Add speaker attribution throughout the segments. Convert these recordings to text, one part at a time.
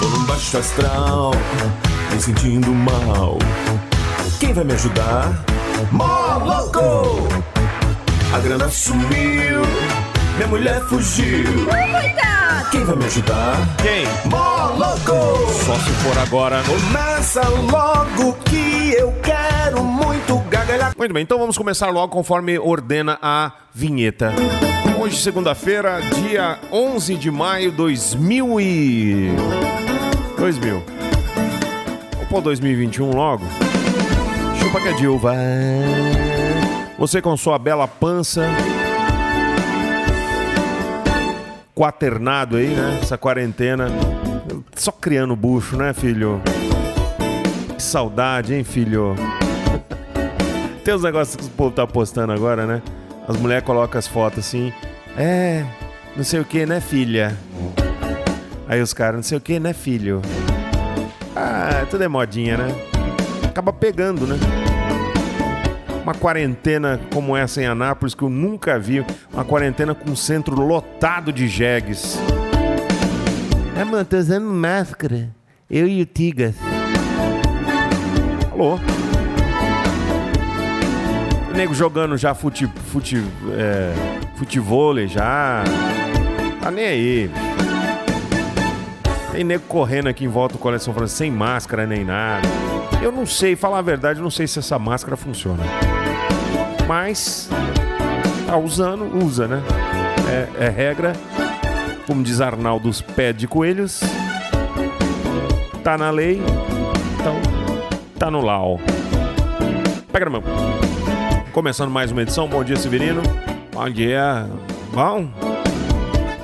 Speaker 1: Tô num baixo astral, me sentindo mal. Quem vai me ajudar? Mó louco! A grana sumiu, minha mulher fugiu. Quem vai me ajudar?
Speaker 2: Quem?
Speaker 1: Mó louco!
Speaker 2: Só se for agora.
Speaker 1: Começa logo que eu quero muito gargalhar.
Speaker 2: Muito bem, então vamos começar logo conforme ordena a vinheta. Hoje, segunda-feira, dia 11 de maio de 2000 e... 2000. Vou pôr 2021 logo. Chupa que é Dilva. Você com sua bela pança. Quaternado aí, né? Essa quarentena. Só criando bucho, né, filho? Que saudade, hein, filho? Tem os negócios que o povo tá postando agora, né? As mulheres colocam as fotos assim. É, não sei o que, né, filha? Aí os caras, não sei o que, né, filho? Ah, tudo é modinha, né? Acaba pegando, né? Uma quarentena como essa em Anápolis que eu nunca vi. Uma quarentena com um centro lotado de jegues. É, mano, tô usando máscara. Eu e o Tigas. Alô? Nego jogando já fute, fute, é, futevôlei já. Tá nem aí. bicho. Tem nego correndo aqui em volta do Colégio São Francisco sem máscara nem nada. Eu não sei, falar a verdade, eu não sei se essa máscara funciona. Mas tá usando, usa, né? É, é regra. Como diz Arnaldo, os pés de coelhos. Tá na lei, então tá no lau. Pega na mão. Começando mais uma edição. Bom dia, Severino. Bom dia. Bom?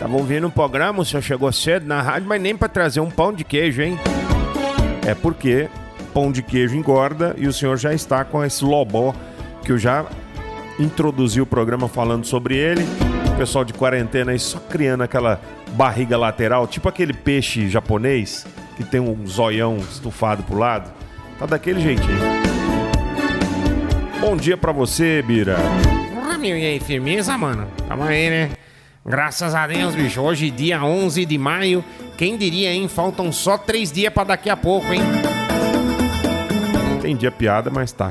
Speaker 2: Tava ouvindo um programa, o senhor chegou cedo na rádio, mas nem pra trazer um pão de queijo, hein? É porque pão de queijo engorda e o senhor já está com esse lobó que eu já introduzi o programa falando sobre ele. O pessoal de quarentena aí só criando aquela barriga lateral, tipo aquele peixe japonês que tem um zoião estufado pro lado. Tá daquele jeitinho. Bom dia pra você, Bira.
Speaker 3: Porra, meu, e aí, firmeza, mano? Tamo aí, né? Graças a Deus, bicho. Hoje, dia 11 de maio. Quem diria, hein? Faltam só três dias pra daqui a pouco, hein?
Speaker 2: Entendi a piada, mas tá.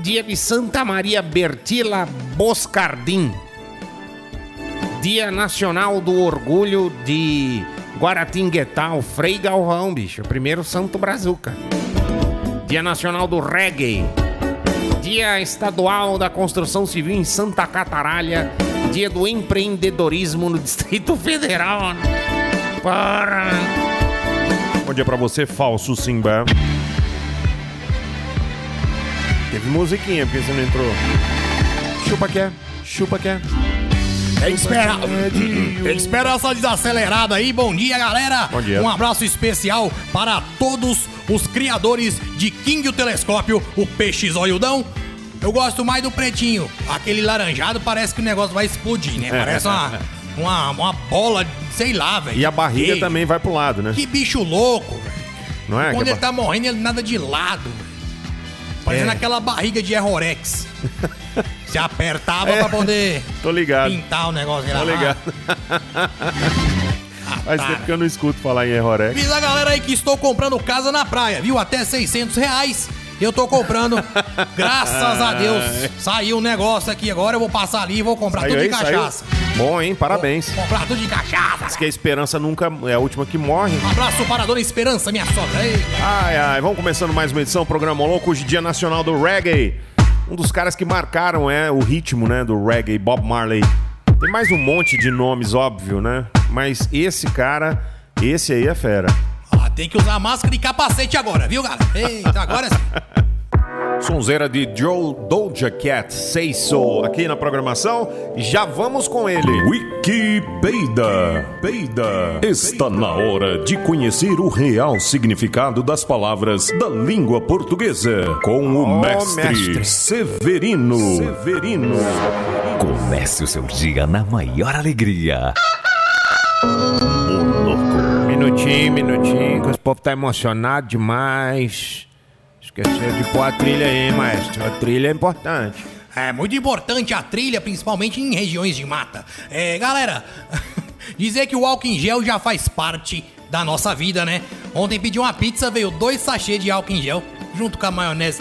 Speaker 3: Dia de Santa Maria Bertila Boscardim. Dia Nacional do Orgulho de Guaratinguetal, Frei Galvão, bicho. Primeiro santo brazuca. Dia Nacional do Reggae. Dia Estadual da Construção Civil em Santa Cataralha. Dia do Empreendedorismo no Distrito Federal. Porra!
Speaker 2: Bom dia pra você, falso Simba. Teve musiquinha, porque você não entrou. Chupa que é, chupa que é.
Speaker 4: Tem que esperar. Tem que esperar essa desacelerada aí. Bom dia, galera.
Speaker 2: Bom dia.
Speaker 4: Um abraço especial para todos os criadores de King o Telescópio, o peixe zoiudão. Eu gosto mais do pretinho. Aquele laranjado parece que o negócio vai explodir,
Speaker 2: É.
Speaker 4: né? Parece uma, uma, uma bola, sei lá, velho.
Speaker 2: E a barriga
Speaker 4: Que-
Speaker 2: também vai pro lado, né?
Speaker 4: Que bicho louco, velho.
Speaker 2: Não é?
Speaker 4: Quando
Speaker 2: Que a
Speaker 4: ele tá morrendo, ele nada de lado. Parecendo
Speaker 2: É.
Speaker 4: aquela barriga de errorex. Se apertava
Speaker 2: É.
Speaker 4: pra poder
Speaker 2: ba- Tô ligado.
Speaker 4: pintar o negócio.
Speaker 2: Tô
Speaker 4: lá.
Speaker 2: ligado. Faz tempo
Speaker 4: para.
Speaker 2: que eu não escuto falar em Errorec.
Speaker 4: Avisa a galera aí que estou comprando casa na praia, viu? Até 600 reais eu tô comprando. Graças a Deus. Saiu um negócio aqui agora, eu vou passar ali e vou comprar
Speaker 2: Saiu
Speaker 4: tudo
Speaker 2: aí,
Speaker 4: de
Speaker 2: saiu.
Speaker 4: cachaça.
Speaker 2: Bom, hein? Parabéns.
Speaker 4: Vou comprar tudo de cachaça.
Speaker 2: Diz que a esperança nunca é a última que morre.
Speaker 4: Abraço para a Dona Esperança, minha sogra. Ei,
Speaker 2: Ai, ai, vamos começando mais uma edição do Programa Louco, hoje Dia Nacional do Reggae. Um dos caras que marcaram é o ritmo, né, do reggae, Bob Marley. Tem mais um monte de nomes, óbvio, né? Mas esse cara, esse aí é fera.
Speaker 4: ah, tem que usar máscara e capacete agora, viu, galera? Eita, agora sim.
Speaker 2: Sonzeira de Joe Doja Cat, Say So, aqui na programação. Já vamos com ele.
Speaker 1: Wiki Peida. Peida. Está na hora de conhecer o real significado das palavras da língua portuguesa com o mestre,
Speaker 2: mestre.
Speaker 1: Severino. Severino.
Speaker 5: Comece o seu dia na maior alegria.
Speaker 3: Minutinho, minutinho, que esse povo tá emocionado demais. Esqueceu de pôr a trilha aí, maestro. A trilha é importante.
Speaker 4: É muito importante a trilha, principalmente em regiões de mata. É, galera, dizer que o álcool em gel já faz parte da nossa vida, né? Ontem pedi uma pizza, veio dois sachês de álcool em gel, junto com a maionese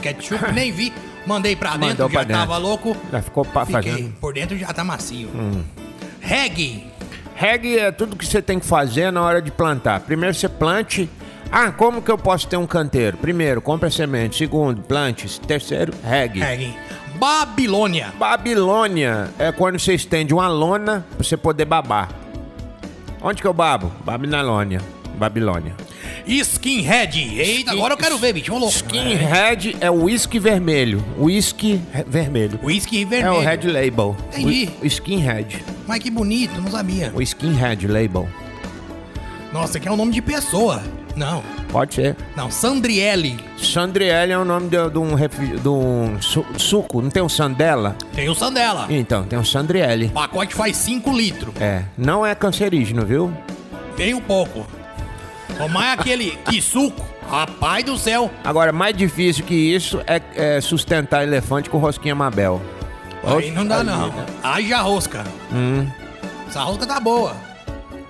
Speaker 4: ketchup, nem vi. Mandei pra dentro,
Speaker 2: Mandou
Speaker 4: já
Speaker 2: pra
Speaker 4: tava
Speaker 2: dentro.
Speaker 4: louco.
Speaker 2: Já ficou pa-
Speaker 4: Fiquei,
Speaker 2: fazendo. Hum.
Speaker 4: por dentro já tá macio. Reggae.
Speaker 2: Reggae é tudo que você tem que fazer na hora de plantar. Primeiro você plante. Ah, como que eu posso ter um canteiro? Primeiro, compra semente. Segundo, plante. Terceiro, regue.
Speaker 4: Reggae. Babilônia.
Speaker 2: Babilônia é quando você estende uma lona pra você poder babar. Onde que eu babo? Babilônia. Babilônia.
Speaker 4: Skinhead. Eita, agora eu quero ver, bicho. Ô, louco.
Speaker 2: Red é o uísque vermelho. Uísque re- vermelho.
Speaker 4: Whisky
Speaker 2: É
Speaker 4: vermelho.
Speaker 2: o Red Label.
Speaker 4: Entendi.
Speaker 2: O Skinhead.
Speaker 4: Mas que bonito, não sabia.
Speaker 2: O Skinhead Label.
Speaker 4: Nossa, que é o nome de pessoa. Não,
Speaker 2: Pode ser.
Speaker 4: não. Sandriele.
Speaker 2: Sandriel é o nome de, de um, refi- de um su- suco. Não tem um Sandela?
Speaker 4: Tem o Sandela.
Speaker 2: Então, tem um Sandriel.
Speaker 4: O pacote faz 5 litros.
Speaker 2: É. Não é cancerígeno, viu?
Speaker 4: Tem um pouco. Tomar aquele que suco. Rapaz do céu.
Speaker 2: Agora, mais difícil que isso é, é sustentar elefante com rosquinha Mabel.
Speaker 4: Aí não dá não.
Speaker 2: né?
Speaker 4: Haja rosca.
Speaker 2: Hum.
Speaker 4: Essa rosca tá boa.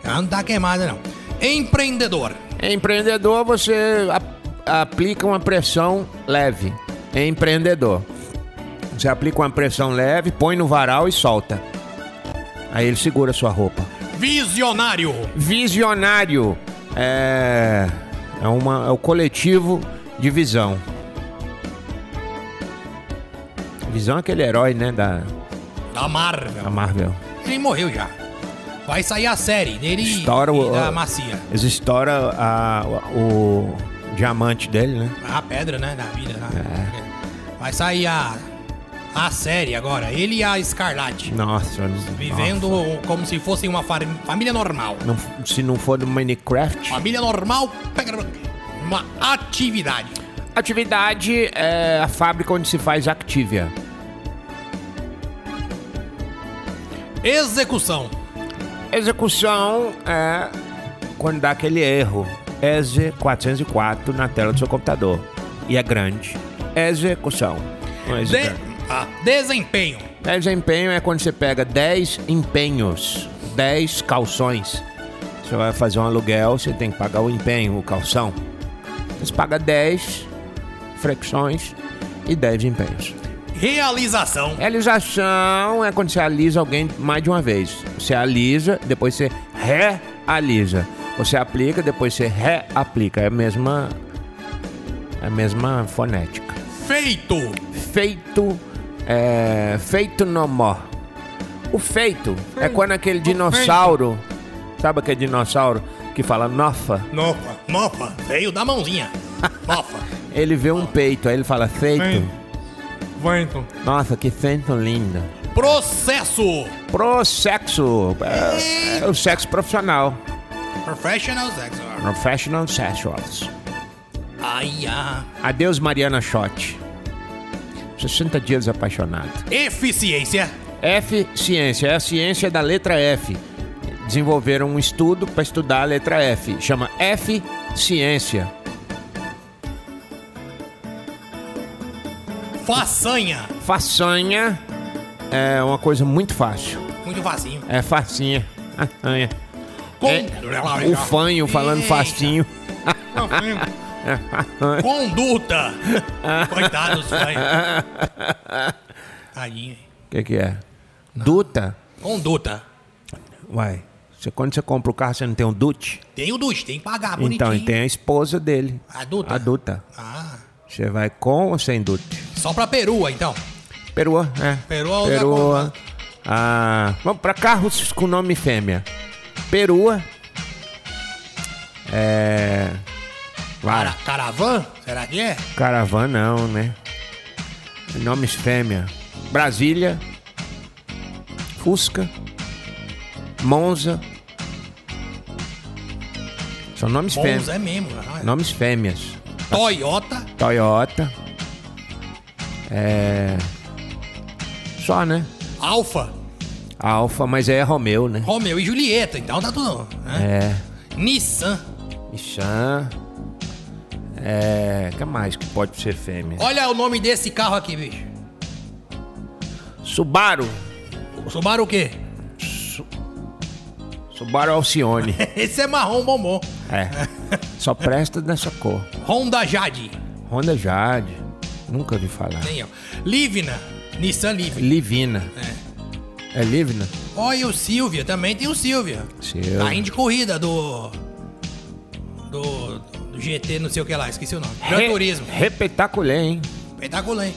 Speaker 4: Ela não tá queimada não. Empreendedor.
Speaker 2: Empreendedor, você a- aplica uma pressão leve. Empreendedor. Você aplica uma pressão leve, põe no varal e solta. Aí ele segura a sua roupa.
Speaker 4: Visionário.
Speaker 2: Visionário. É. É, uma, é o coletivo de visão. Visão é aquele herói, né? Da,
Speaker 4: Da
Speaker 2: da
Speaker 4: Marvel.
Speaker 2: Marvel.
Speaker 4: Ele morreu já. Vai sair a série dele e-
Speaker 2: Estoura
Speaker 4: e
Speaker 2: o-
Speaker 4: da Macia.
Speaker 2: Eles estouram a- o, o diamante dele, né?
Speaker 4: A pedra, né? Da vida. né? Vai sair a, a série agora. Ele e a Escarlate.
Speaker 2: Nossa, nossa.
Speaker 4: Vivendo como se fossem uma far- família normal.
Speaker 2: Não- se não for do Minecraft.
Speaker 4: Família normal, pega- uma atividade.
Speaker 2: Atividade é a fábrica onde se faz Activia.
Speaker 4: Execução.
Speaker 2: Execução é quando dá aquele erro. ESE 404 na tela do seu computador. E é grande. Execução. Não é
Speaker 4: De-
Speaker 2: execução.
Speaker 4: ah, desempenho.
Speaker 2: Desempenho é quando você pega 10 empenhos, 10 calções. Você vai fazer um aluguel, você tem que pagar o empenho, o calção. Você paga 10 flexões e 10 empenhos.
Speaker 4: Realização.
Speaker 2: Realização é quando você alisa alguém mais de uma vez. Você alisa, depois você realiza. Você aplica, depois você reaplica. É a mesma, é a mesma fonética.
Speaker 4: Feito.
Speaker 2: Feito, é, feito no mó. O feito é quando aquele dinossauro, sabe aquele dinossauro que fala nofa?
Speaker 4: Nofa. Mofa. Veio da mãozinha. Mofa.
Speaker 2: Ele vê um peito, aí ele fala feito.
Speaker 4: Vento.
Speaker 2: Nossa, que feito lindo.
Speaker 4: Processo.
Speaker 2: Pro sexo, é- é o sexo profissional.
Speaker 4: Professional sexual.
Speaker 2: Professional Sessions.
Speaker 4: Ai, ah.
Speaker 2: Adeus, Mariana Schott. 60 dias apaixonado.
Speaker 4: Eficiência.
Speaker 2: F, ciência. É a ciência da letra F. Desenvolveram um estudo para estudar a letra F. Chama F, ciência.
Speaker 4: Façanha.
Speaker 2: Façanha é uma coisa muito fácil.
Speaker 4: Muito facinho.
Speaker 2: É facinha. Façanha.
Speaker 4: Com...
Speaker 2: É, o fanho falando
Speaker 4: Eita.
Speaker 2: facinho.
Speaker 4: Conduta. Coitado dos fanhos. Tadinho.
Speaker 2: O que, que é? Duta?
Speaker 4: Conduta.
Speaker 2: Uai. Você, quando você compra o carro, você não tem um dute?
Speaker 4: Tem o duche, tem que pagar bonitinho.
Speaker 2: Então, e tem a esposa dele.
Speaker 4: Adulta?
Speaker 2: Adulta.
Speaker 4: Ah,
Speaker 2: Você vai com ou sem dute?
Speaker 4: só pra perua, então.
Speaker 2: Perua, é.
Speaker 4: Perua,
Speaker 2: Perua. Ah, vamos pra carros com nome fêmea. Perua. É. Vai.
Speaker 4: Cara, caravan? Será que é?
Speaker 2: Caravan não, né? Nomes fêmea. Brasília. Fusca. Monza. São nomes
Speaker 4: Bons
Speaker 2: fêmeas.
Speaker 4: é mesmo. cara.
Speaker 2: Nomes fêmeas.
Speaker 4: Toyota,
Speaker 2: Toyota. É. Só, né?
Speaker 4: Alfa,
Speaker 2: Alfa, mas é Romeo, né?
Speaker 4: Romeo e Julieta, então tá tudo. né?
Speaker 2: É.
Speaker 4: Nissan.
Speaker 2: Michan. É. que mais que pode ser fêmea?
Speaker 4: Olha o nome desse carro aqui, bicho.
Speaker 3: Subaru.
Speaker 4: Subaru o quê?
Speaker 3: Subaru Alcione.
Speaker 4: Esse é marrom bombom.
Speaker 3: É. Só presta dessa cor.
Speaker 4: Honda Jade.
Speaker 3: Honda Jade. Nunca ouvi falar.
Speaker 4: Nem eu. Livna. Nissan Livna.
Speaker 3: Livina. É. É Livina?
Speaker 4: Olha o Silvia. Também tem o Silvia.
Speaker 3: Silvia.
Speaker 4: Carrinho de corrida do... Do... do GT, não sei o que lá, esqueci o nome. Gran Turismo.
Speaker 3: Repetaculé, hein?
Speaker 4: Espetacular, hein?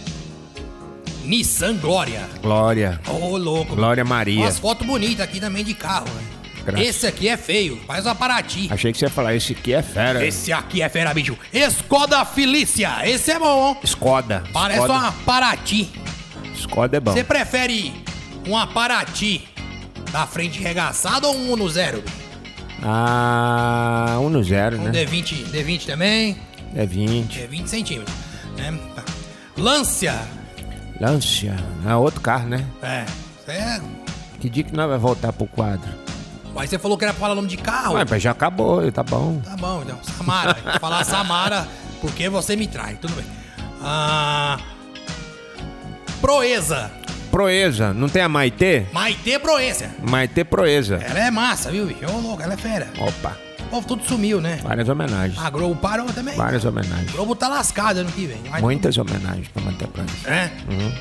Speaker 4: Nissan Glória.
Speaker 3: Glória.
Speaker 4: Ô, louco.
Speaker 3: Glória Maria.
Speaker 4: Umas fotos bonitas aqui também de carro, velho.
Speaker 3: Graças.
Speaker 4: Esse aqui é feio, faz uma Paraty.
Speaker 3: Achei que você ia falar, esse aqui é fera.
Speaker 4: Esse aqui é fera, bicho. Escoda Felícia, esse é bom, hein?
Speaker 3: Skoda.
Speaker 4: Parece
Speaker 3: Skoda.
Speaker 4: uma Paraty.
Speaker 3: Skoda é bom.
Speaker 4: Você prefere uma Paraty da frente regaçada ou um Uno Zero?
Speaker 3: Ah, 1 no 0,
Speaker 4: Um
Speaker 3: né?
Speaker 4: D20, D20 também,
Speaker 3: É 20.
Speaker 4: é 20 centímetros. né? Tá. Lancia,
Speaker 3: Lancia. É outro carro, né?
Speaker 4: é, é,
Speaker 3: Que dia que nós vai voltar pro quadro?
Speaker 4: mas você falou que era pra falar nome de carro.
Speaker 3: Ué, mas já acabou, tá bom.
Speaker 4: Tá bom, então. Samara. Vou falar Samara porque você me trai. Tudo bem. Ah, Proeza.
Speaker 3: Proeza, não tem a Maitê?
Speaker 4: Maitê Proeza.
Speaker 3: Maitê Proeza.
Speaker 4: Ela é massa, viu, bicho? Ô, louco, ela é fera.
Speaker 3: Opa,
Speaker 4: O povo tudo sumiu, né?
Speaker 3: várias homenagens.
Speaker 4: A Globo parou também.
Speaker 3: Várias
Speaker 4: A
Speaker 3: homenagens.
Speaker 4: Globo tá lascada ano que vem. Mas-
Speaker 3: Muitas homenagens pra manter Proeza.
Speaker 4: É?
Speaker 3: Uhum.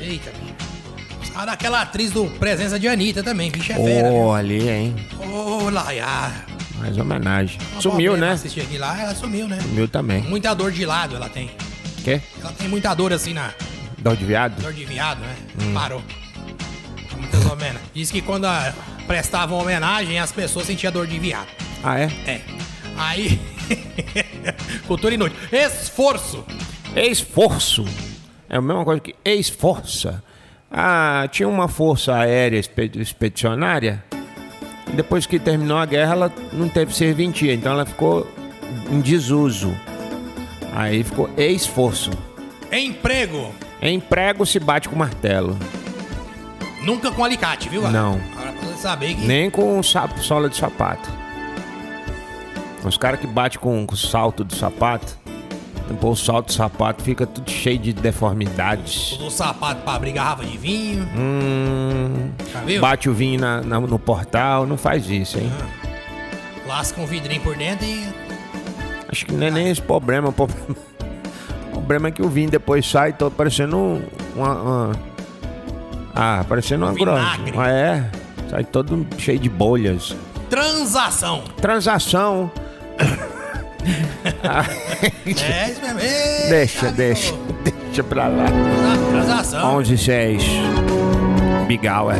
Speaker 4: Eita, bicho. Sabe daquela atriz do Presença de Anitta também, bicho é fera.
Speaker 3: Ô, ali, hein?
Speaker 4: viu? Ô, Laia.
Speaker 3: Mais homenagem. Sumiu, né?
Speaker 4: Assistir aqui lá, ela sumiu, né?
Speaker 3: Sumiu também.
Speaker 4: Muita dor de lado ela tem.
Speaker 3: Quê?
Speaker 4: Ela tem muita dor assim na,
Speaker 3: Dó de viado?
Speaker 4: Dor de viado, né?
Speaker 3: Hum.
Speaker 4: Parou. Muitas homenas. Diz que quando ah, prestavam homenagem, as pessoas sentiam dor de viado.
Speaker 3: Ah, é?
Speaker 4: É. Aí. Cultura inútil. Esforço.
Speaker 3: Esforço. É a mesma coisa que esforça. Ah, tinha uma força aérea expe- expedicionária. Depois que terminou a guerra, ela não teve serventia, então ela ficou em desuso. Aí ficou esforço.
Speaker 4: Emprego.
Speaker 3: Emprego se bate com martelo,
Speaker 4: Nunca com alicate, viu, galera?
Speaker 3: Não.
Speaker 4: Agora pra você saber que.
Speaker 3: nem com sa- sola de sapato. Os caras que batem com, com salto do sapato, depois o salto do sapato fica tudo cheio de deformidades.
Speaker 4: Usou sapato pra abrir garrafa de vinho. Tá
Speaker 3: Hum,
Speaker 4: Já viu?
Speaker 3: bate o vinho na- na- no portal, não faz isso, hein?
Speaker 4: Lasca um vidrinho por dentro e.
Speaker 3: Acho que não é nem esse problema. O problema, o problema é que o vinho depois sai todo parecendo um. Uma, uma- ah, parecendo uma grossa.
Speaker 4: Vinagre.
Speaker 3: Ah, é. Sai todo cheio de bolhas.
Speaker 4: Transação.
Speaker 3: Transação.
Speaker 4: É isso mesmo. Eita,
Speaker 3: Deixa,
Speaker 4: meu.
Speaker 3: deixa. Deixa pra lá.
Speaker 4: Transa- Transação.
Speaker 3: 11 e 6. Bigauer.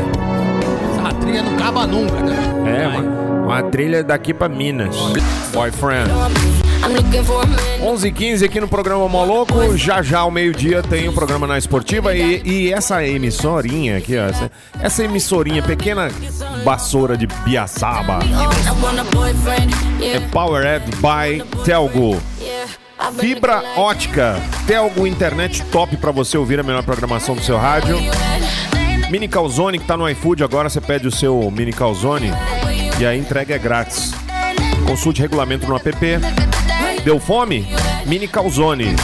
Speaker 4: Essa trilha não acaba nunca, né?
Speaker 3: É, uma, uma trilha daqui pra Minas. Boyfriend.
Speaker 6: I'm looking for a man.
Speaker 2: 11 h 15 aqui no programa Moloco. Já já ao meio-dia tem o programa na Esportiva. E, e essa emissorinha aqui, ó, essa, essa emissorinha, pequena vassoura de Piaçaba,
Speaker 6: I want a boyfriend.
Speaker 2: é
Speaker 6: Yeah,
Speaker 2: powered by Telgo.
Speaker 6: yeah. I've been
Speaker 2: Fibra
Speaker 6: looking like
Speaker 2: ótica, Telgo internet top pra você ouvir a melhor programação do seu rádio.
Speaker 6: where you at?
Speaker 2: Mini Calzone que tá no iFood agora, você pede o seu Mini Calzone
Speaker 6: Where you
Speaker 2: e a entrega é grátis. Consulte regulamento no app. Deu fome? Mini Calzone.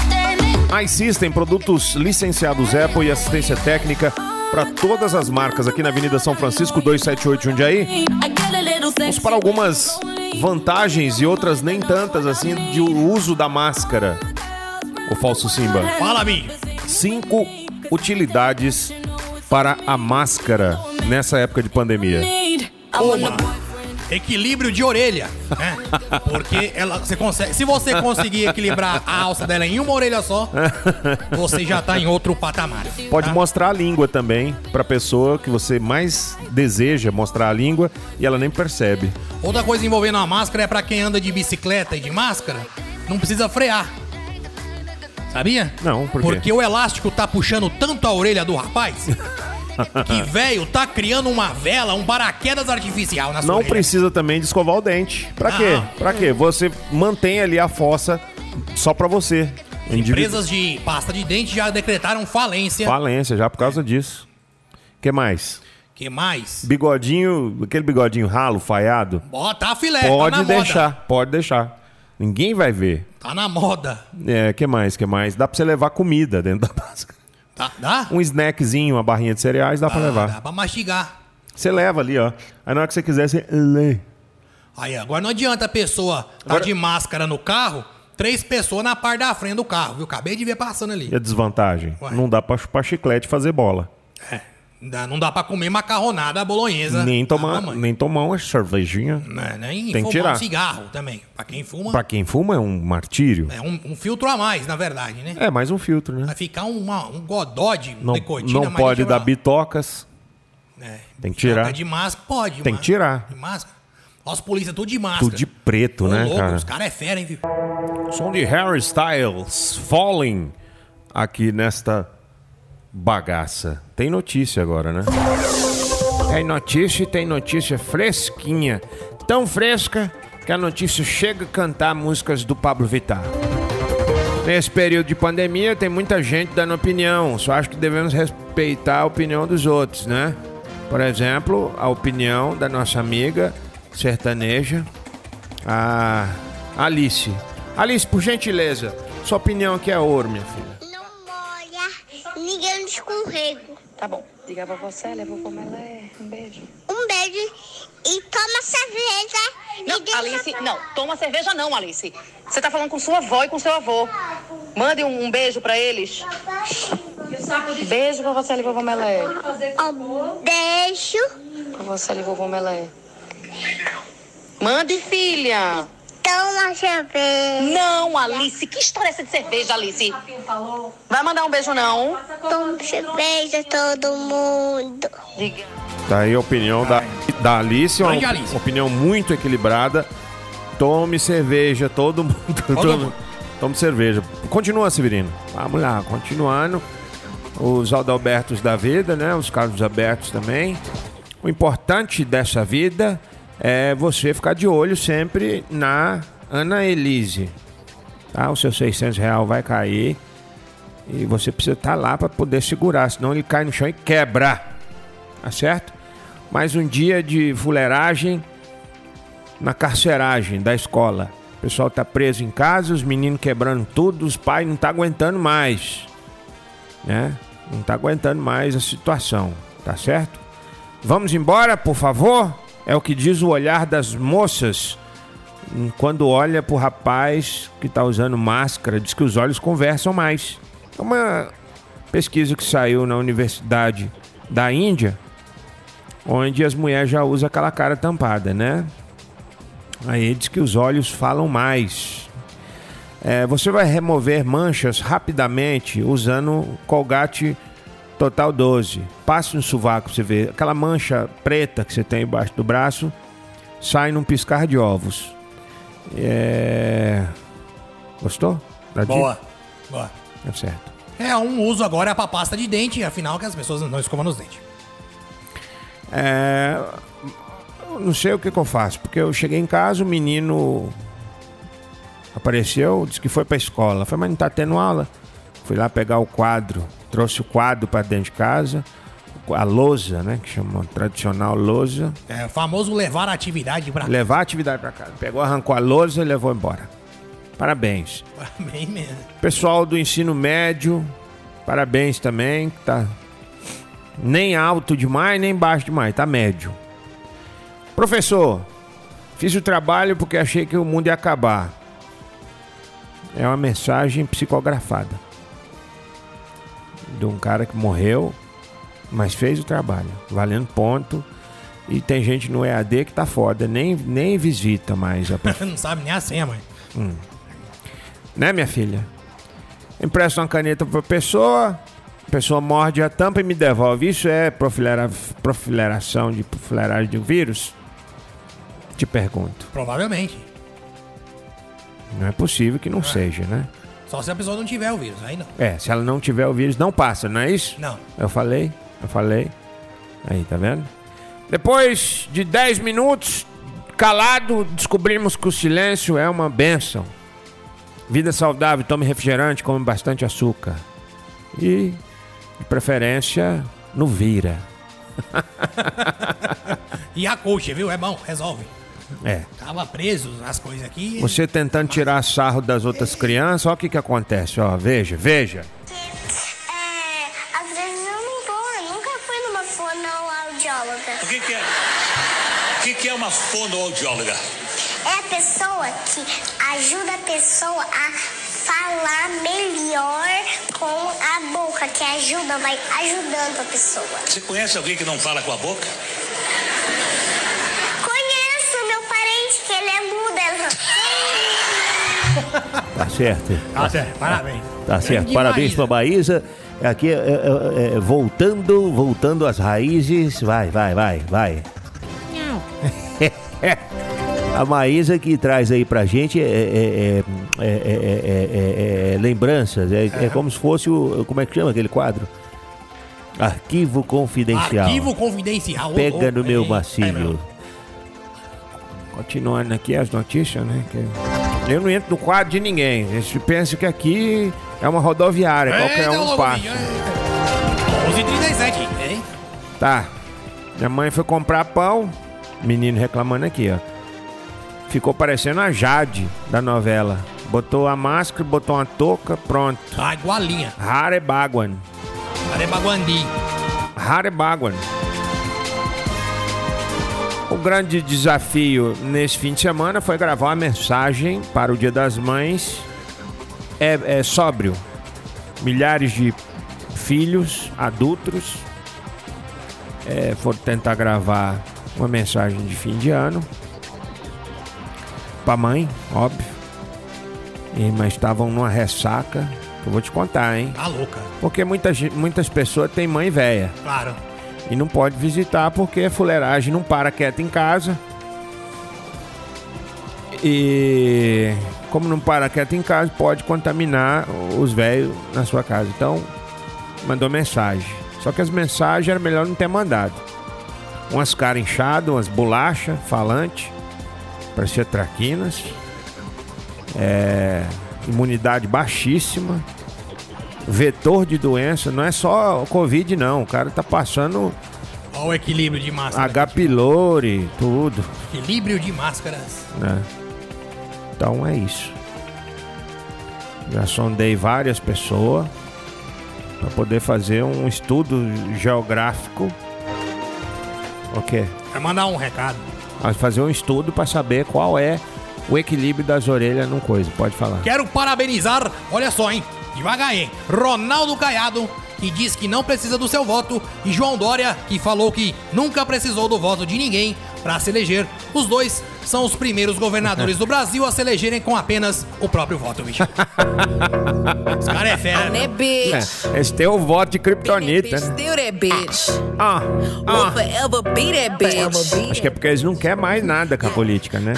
Speaker 2: iSystem, produtos licenciados Apple e assistência técnica para todas as marcas aqui na Avenida São Francisco 278 Jundiaí.
Speaker 6: I get a little
Speaker 2: Vamos
Speaker 6: sexy.
Speaker 2: para algumas vantagens e outras nem tantas assim de o uso da máscara. O falso Simba.
Speaker 4: Fala, Mi.
Speaker 2: Cinco utilidades para a máscara nessa época de pandemia.
Speaker 6: Need. I want a
Speaker 4: equilíbrio de orelha, né? Porque ela, você consegue, se você conseguir equilibrar a alça dela em uma orelha só, você já tá em outro patamar.
Speaker 2: Pode
Speaker 4: tá?
Speaker 2: mostrar a língua também para pessoa que você mais deseja mostrar a língua e ela nem percebe.
Speaker 4: Outra coisa envolvendo a máscara é pra quem anda de bicicleta e de máscara, não precisa frear. Sabia?
Speaker 2: Não, por quê?
Speaker 4: Porque o elástico tá puxando tanto a orelha do rapaz que velho tá criando uma vela, um paraquedas artificial na sua
Speaker 2: Não
Speaker 4: orelha.
Speaker 2: precisa também de escovar o dente. Pra quê?
Speaker 4: Não.
Speaker 2: Pra quê? Você mantém ali a fossa só pra você. Individu-
Speaker 4: Empresas de pasta de dente já decretaram falência.
Speaker 2: Falência já por causa disso. que mais?
Speaker 4: Que mais?
Speaker 2: Bigodinho, aquele bigodinho ralo, falhado,
Speaker 4: Bota a filé, tá
Speaker 2: pode
Speaker 4: na
Speaker 2: deixar,
Speaker 4: moda.
Speaker 2: pode deixar. Ninguém vai ver.
Speaker 4: Tá na moda.
Speaker 2: É, que mais, que mais? Dá pra você levar comida dentro da máscara.
Speaker 4: Tá, dá?
Speaker 2: Um snackzinho, uma barrinha de cereais, dá pra
Speaker 4: Ah, Dá
Speaker 2: levar.
Speaker 4: pra mastigar.
Speaker 2: Você leva ali, ó. Aí na hora que você quiser, você lê.
Speaker 4: Aí, agora não adianta a pessoa tá
Speaker 2: Agora-
Speaker 4: de máscara no carro, três pessoas na parte da frente do carro, viu? Acabei de ver passando ali.
Speaker 2: E a desvantagem?
Speaker 4: Ué.
Speaker 2: Não dá pra chupar chiclete e fazer bola.
Speaker 4: Não dá- Não dá pra comer macarronada bolonhesa.
Speaker 2: Nem tomar,
Speaker 4: Ah, mamãe.
Speaker 2: nem tomar uma cervejinha.
Speaker 4: Né, Nem
Speaker 2: Tem que
Speaker 4: fumar
Speaker 2: tirar.
Speaker 4: um cigarro também. Pra quem fuma,
Speaker 2: Pra quem fuma é um martírio.
Speaker 4: é um, um filtro a mais, na verdade, né?
Speaker 2: É, mais um filtro, né?
Speaker 4: Vai ficar uma- um godó de
Speaker 2: Não,
Speaker 4: nicotina.
Speaker 2: não
Speaker 4: mas
Speaker 2: pode
Speaker 4: deixa pra
Speaker 2: dar
Speaker 4: lá.
Speaker 2: bitocas.
Speaker 4: É.
Speaker 2: Tem que tirar.
Speaker 4: Tá de máscara, pode.
Speaker 2: Tem
Speaker 4: mano.
Speaker 2: que tirar.
Speaker 4: De máscara. Ó, os polícia tudo de máscara.
Speaker 2: Tudo de preto,
Speaker 4: Ô,
Speaker 2: né,
Speaker 4: louco,
Speaker 2: cara?
Speaker 4: Os caras é fera, hein, viu?
Speaker 2: Som de Harry Styles, Falling, aqui nesta bagaça. Tem notícia agora, né?
Speaker 3: Tem notícia e tem notícia fresquinha. Tão fresca que a notícia chega a cantar músicas do Pablo Vittar. Nesse período de pandemia, tem muita gente dando opinião. Só acho que devemos respeitar a opinião dos outros, né? Por exemplo, a opinião da nossa amiga sertaneja, a Alice. Alice, por gentileza, sua opinião aqui é ouro, minha filha.
Speaker 7: Não molha ninguém no escorrego.
Speaker 8: Tá bom. Diga pra você, levou como ela é. Um beijo.
Speaker 7: Um beijo e toma cerveja. e
Speaker 8: Não,
Speaker 7: deixa
Speaker 8: Alice,
Speaker 7: pra-
Speaker 8: não. Toma cerveja não, Alice. Você tá falando com sua avó e com seu avô. Mande um, um beijo pra eles. Beijo pra você, levou como ela é.
Speaker 7: Um beijo.
Speaker 8: Pra você, levou como ela é. Mande, filha.
Speaker 7: Toma cerveja.
Speaker 8: Não, Alice. Que história é essa de cerveja, Alice? Vai mandar um beijo, não?
Speaker 7: Toma cerveja todo mundo.
Speaker 8: Diga.
Speaker 2: Tá aí a opinião da, da Alice, uma
Speaker 4: Grande Alice.
Speaker 2: opinião muito equilibrada. Tome cerveja, todo mundo.
Speaker 4: mundo.
Speaker 2: Tome cerveja. Continua, Severino.
Speaker 3: Vamos lá, continuando. Os Adalbertos da vida, né? Os Carlos Abertos também. O importante dessa vida é você ficar de olho sempre na Ana Elise. Tá? O seu 600 real vai cair. E você precisa estar lá para poder segurar, senão ele cai no chão e quebra. Tá certo? Mais um dia de fuleiragem na carceragem da escola. O pessoal tá preso em casa, os meninos quebrando tudo, os pais não tá aguentando mais. Né? Não tá aguentando mais a situação, tá certo? Vamos embora, por favor? É o que diz o olhar das moças hum, quando olha pro rapaz que tá usando máscara, diz que os olhos conversam mais. É uma pesquisa que saiu na Universidade da Índia, onde as mulheres já usam aquela cara tampada, né? Aí diz que os olhos falam mais. É, você vai remover manchas rapidamente usando Colgate Total 12. Passe no sovaco pra você ver. Aquela mancha preta que você tem embaixo do braço sai num piscar de ovos. É... Gostou? Da dica?
Speaker 4: Boa. Tipo, Boa.
Speaker 3: É certo.
Speaker 4: É, um uso agora é pra pasta de dente, afinal que as pessoas não escovam os dentes.
Speaker 3: É, eu não sei o que, que eu faço, porque eu cheguei em casa, o menino apareceu, disse que foi pra escola. Eu Falei, mas não tá tendo aula. Fui lá pegar o quadro, trouxe o quadro pra dentro de casa, a lousa, né, que chama tradicional lousa.
Speaker 4: É o famoso levar a atividade pra
Speaker 3: Levar a atividade pra casa. Pegou, arrancou a lousa e levou embora. Parabéns.
Speaker 4: Bem mesmo.
Speaker 3: Pessoal do ensino médio, parabéns também, que tá nem alto demais, nem baixo demais, tá médio. Professor, fiz o trabalho porque achei que o mundo ia acabar. É uma mensagem psicografada de um cara que morreu, mas fez o trabalho, valendo ponto. E tem gente no EAD que tá foda, nem, nem visita mais a prof-
Speaker 4: Não sabe nem a senha, mãe.
Speaker 3: né, minha filha? Empresta uma caneta pra pessoa, a pessoa morde a tampa e me devolve. Isso é profilera, profileração de profileragem de um vírus? Te pergunto.
Speaker 4: Provavelmente.
Speaker 3: Não é possível que não seja, né?
Speaker 4: Só se a pessoa não tiver o vírus, aí não.
Speaker 3: É, se ela não tiver o vírus, não passa, não é isso?
Speaker 4: Não.
Speaker 3: Eu falei, eu falei. Aí, tá vendo? Depois de 10 minutos, calado, descobrimos que o silêncio é uma benção. Vida saudável, tome refrigerante, come bastante açúcar. E, de preferência, no vira.
Speaker 4: E a coxa, viu? É bom, resolve.
Speaker 3: É.
Speaker 4: Tava preso nas coisas aqui.
Speaker 3: Você tentando tirar sarro das outras crianças, olha o que que acontece, ó. Veja, veja.
Speaker 7: É,
Speaker 9: que, que é? O que, que é uma fonoaudióloga?
Speaker 7: É a pessoa que ajuda a pessoa a falar melhor com a boca, que ajuda, vai ajudando a pessoa.
Speaker 9: Você conhece alguém que não fala com a boca?
Speaker 7: Conheço meu parente, que ele é mudo.
Speaker 10: Tá certo.
Speaker 4: Tá certo, parabéns.
Speaker 10: Tá certo. Parabéns pra Maísa. Aqui, é, é, é, voltando, voltando às raízes. Vai, vai, vai, vai. A Maísa que traz aí pra gente é, é, é, é, é, é, é, é, lembranças. É, é como se fosse o. Como é que chama aquele quadro? Arquivo confidencial.
Speaker 4: Arquivo confidencial. Ô,
Speaker 10: Pega
Speaker 4: ô,
Speaker 10: no meu
Speaker 4: é, é
Speaker 10: macio.
Speaker 4: mesmo.
Speaker 2: Continuando aqui as notícias, né? que eu não entro no quadro de ninguém. A gente pensa que aqui é uma rodoviária, qualquer
Speaker 4: Eita,
Speaker 2: um
Speaker 4: Lobo,
Speaker 2: passa.
Speaker 4: eita. 11h37, hein?
Speaker 2: Tá. Minha mãe foi comprar pão. Menino reclamando aqui, ó. Ficou parecendo a Jade da novela. Botou a máscara, botou uma touca, pronto.
Speaker 4: Ah, igualinha.
Speaker 2: Harebagwan.
Speaker 4: Arebaguandi.
Speaker 2: Harebagwan. O grande desafio nesse fim de semana foi gravar uma mensagem para o Dia das Mães. É, é sóbrio. Milhares de filhos, adultos, é, foram tentar gravar uma mensagem de fim de ano. Para mãe, óbvio. E, mas estavam numa ressaca. que Eu vou te contar, hein?
Speaker 4: Tá louca,
Speaker 2: Porque muita, gen- muitas pessoas têm mãe velha
Speaker 4: claro.
Speaker 2: e não pode visitar porque a fuleiragem não para quieta em casa. E como não para quieta em casa, pode contaminar os velhos na sua casa. Então, mandou mensagem. Só que as mensagens era melhor não ter mandado. Umas caras inchadas, umas bolacha, falante, parecia traquinas. É, imunidade baixíssima vetor de doença, não é só o Covid, não. O cara tá passando
Speaker 4: Olha o equilíbrio de máscaras.
Speaker 2: H. pylori, tudo,
Speaker 4: Equilíbrio de máscaras.
Speaker 2: né? Então é isso. Já sondei várias pessoas para poder fazer um estudo geográfico. O quê?
Speaker 4: Vai mandar um recado.
Speaker 2: Ah, Fazer um estudo para saber qual é o equilíbrio das orelhas num coisa. Pode falar.
Speaker 4: Quero parabenizar, olha só, hein? Devagar, hein? Ronaldo Caiado, que diz que não precisa do seu voto, e João Dória, que falou que nunca precisou do voto de ninguém para se eleger. Os dois são os primeiros governadores do Brasil a se elegerem com apenas o próprio voto, bicho. Esse cara é fera.
Speaker 6: That bitch.
Speaker 2: É, esse teu voto de
Speaker 6: Bitch,
Speaker 2: criptonita. né?
Speaker 6: Still that bitch.
Speaker 2: Ah,
Speaker 6: Will
Speaker 2: ah.
Speaker 6: forever be Ah, that bitch.
Speaker 2: Acho que é porque eles não querem mais nada com a política, né?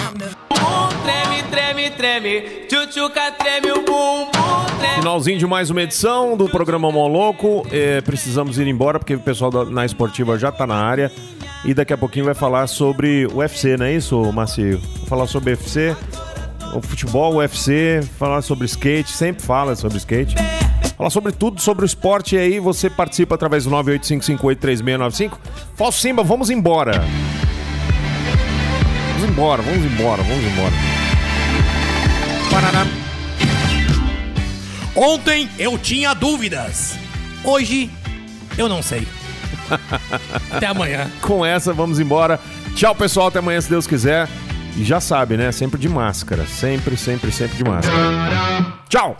Speaker 2: Finalzinho de mais uma edição do programa Mão Louco. É, precisamos ir embora porque o pessoal da- na esportiva já tá na área. E daqui a pouquinho vai falar sobre o UFC, não é isso, Macio? Vou falar sobre UFC, o futebol, o UFC, falar sobre skate, sempre fala sobre skate. Falar sobre tudo, sobre o esporte e aí você participa através do 985583695. Falso Simba, vamos embora. Vamos embora, vamos embora, vamos embora. Paraná.
Speaker 4: Ontem eu tinha dúvidas. Hoje eu não sei. Até amanhã.
Speaker 2: com essa, vamos embora. Tchau, pessoal. Até amanhã, se Deus quiser. E já sabe, né? Sempre de máscara. Sempre, sempre, sempre de máscara. Tchau!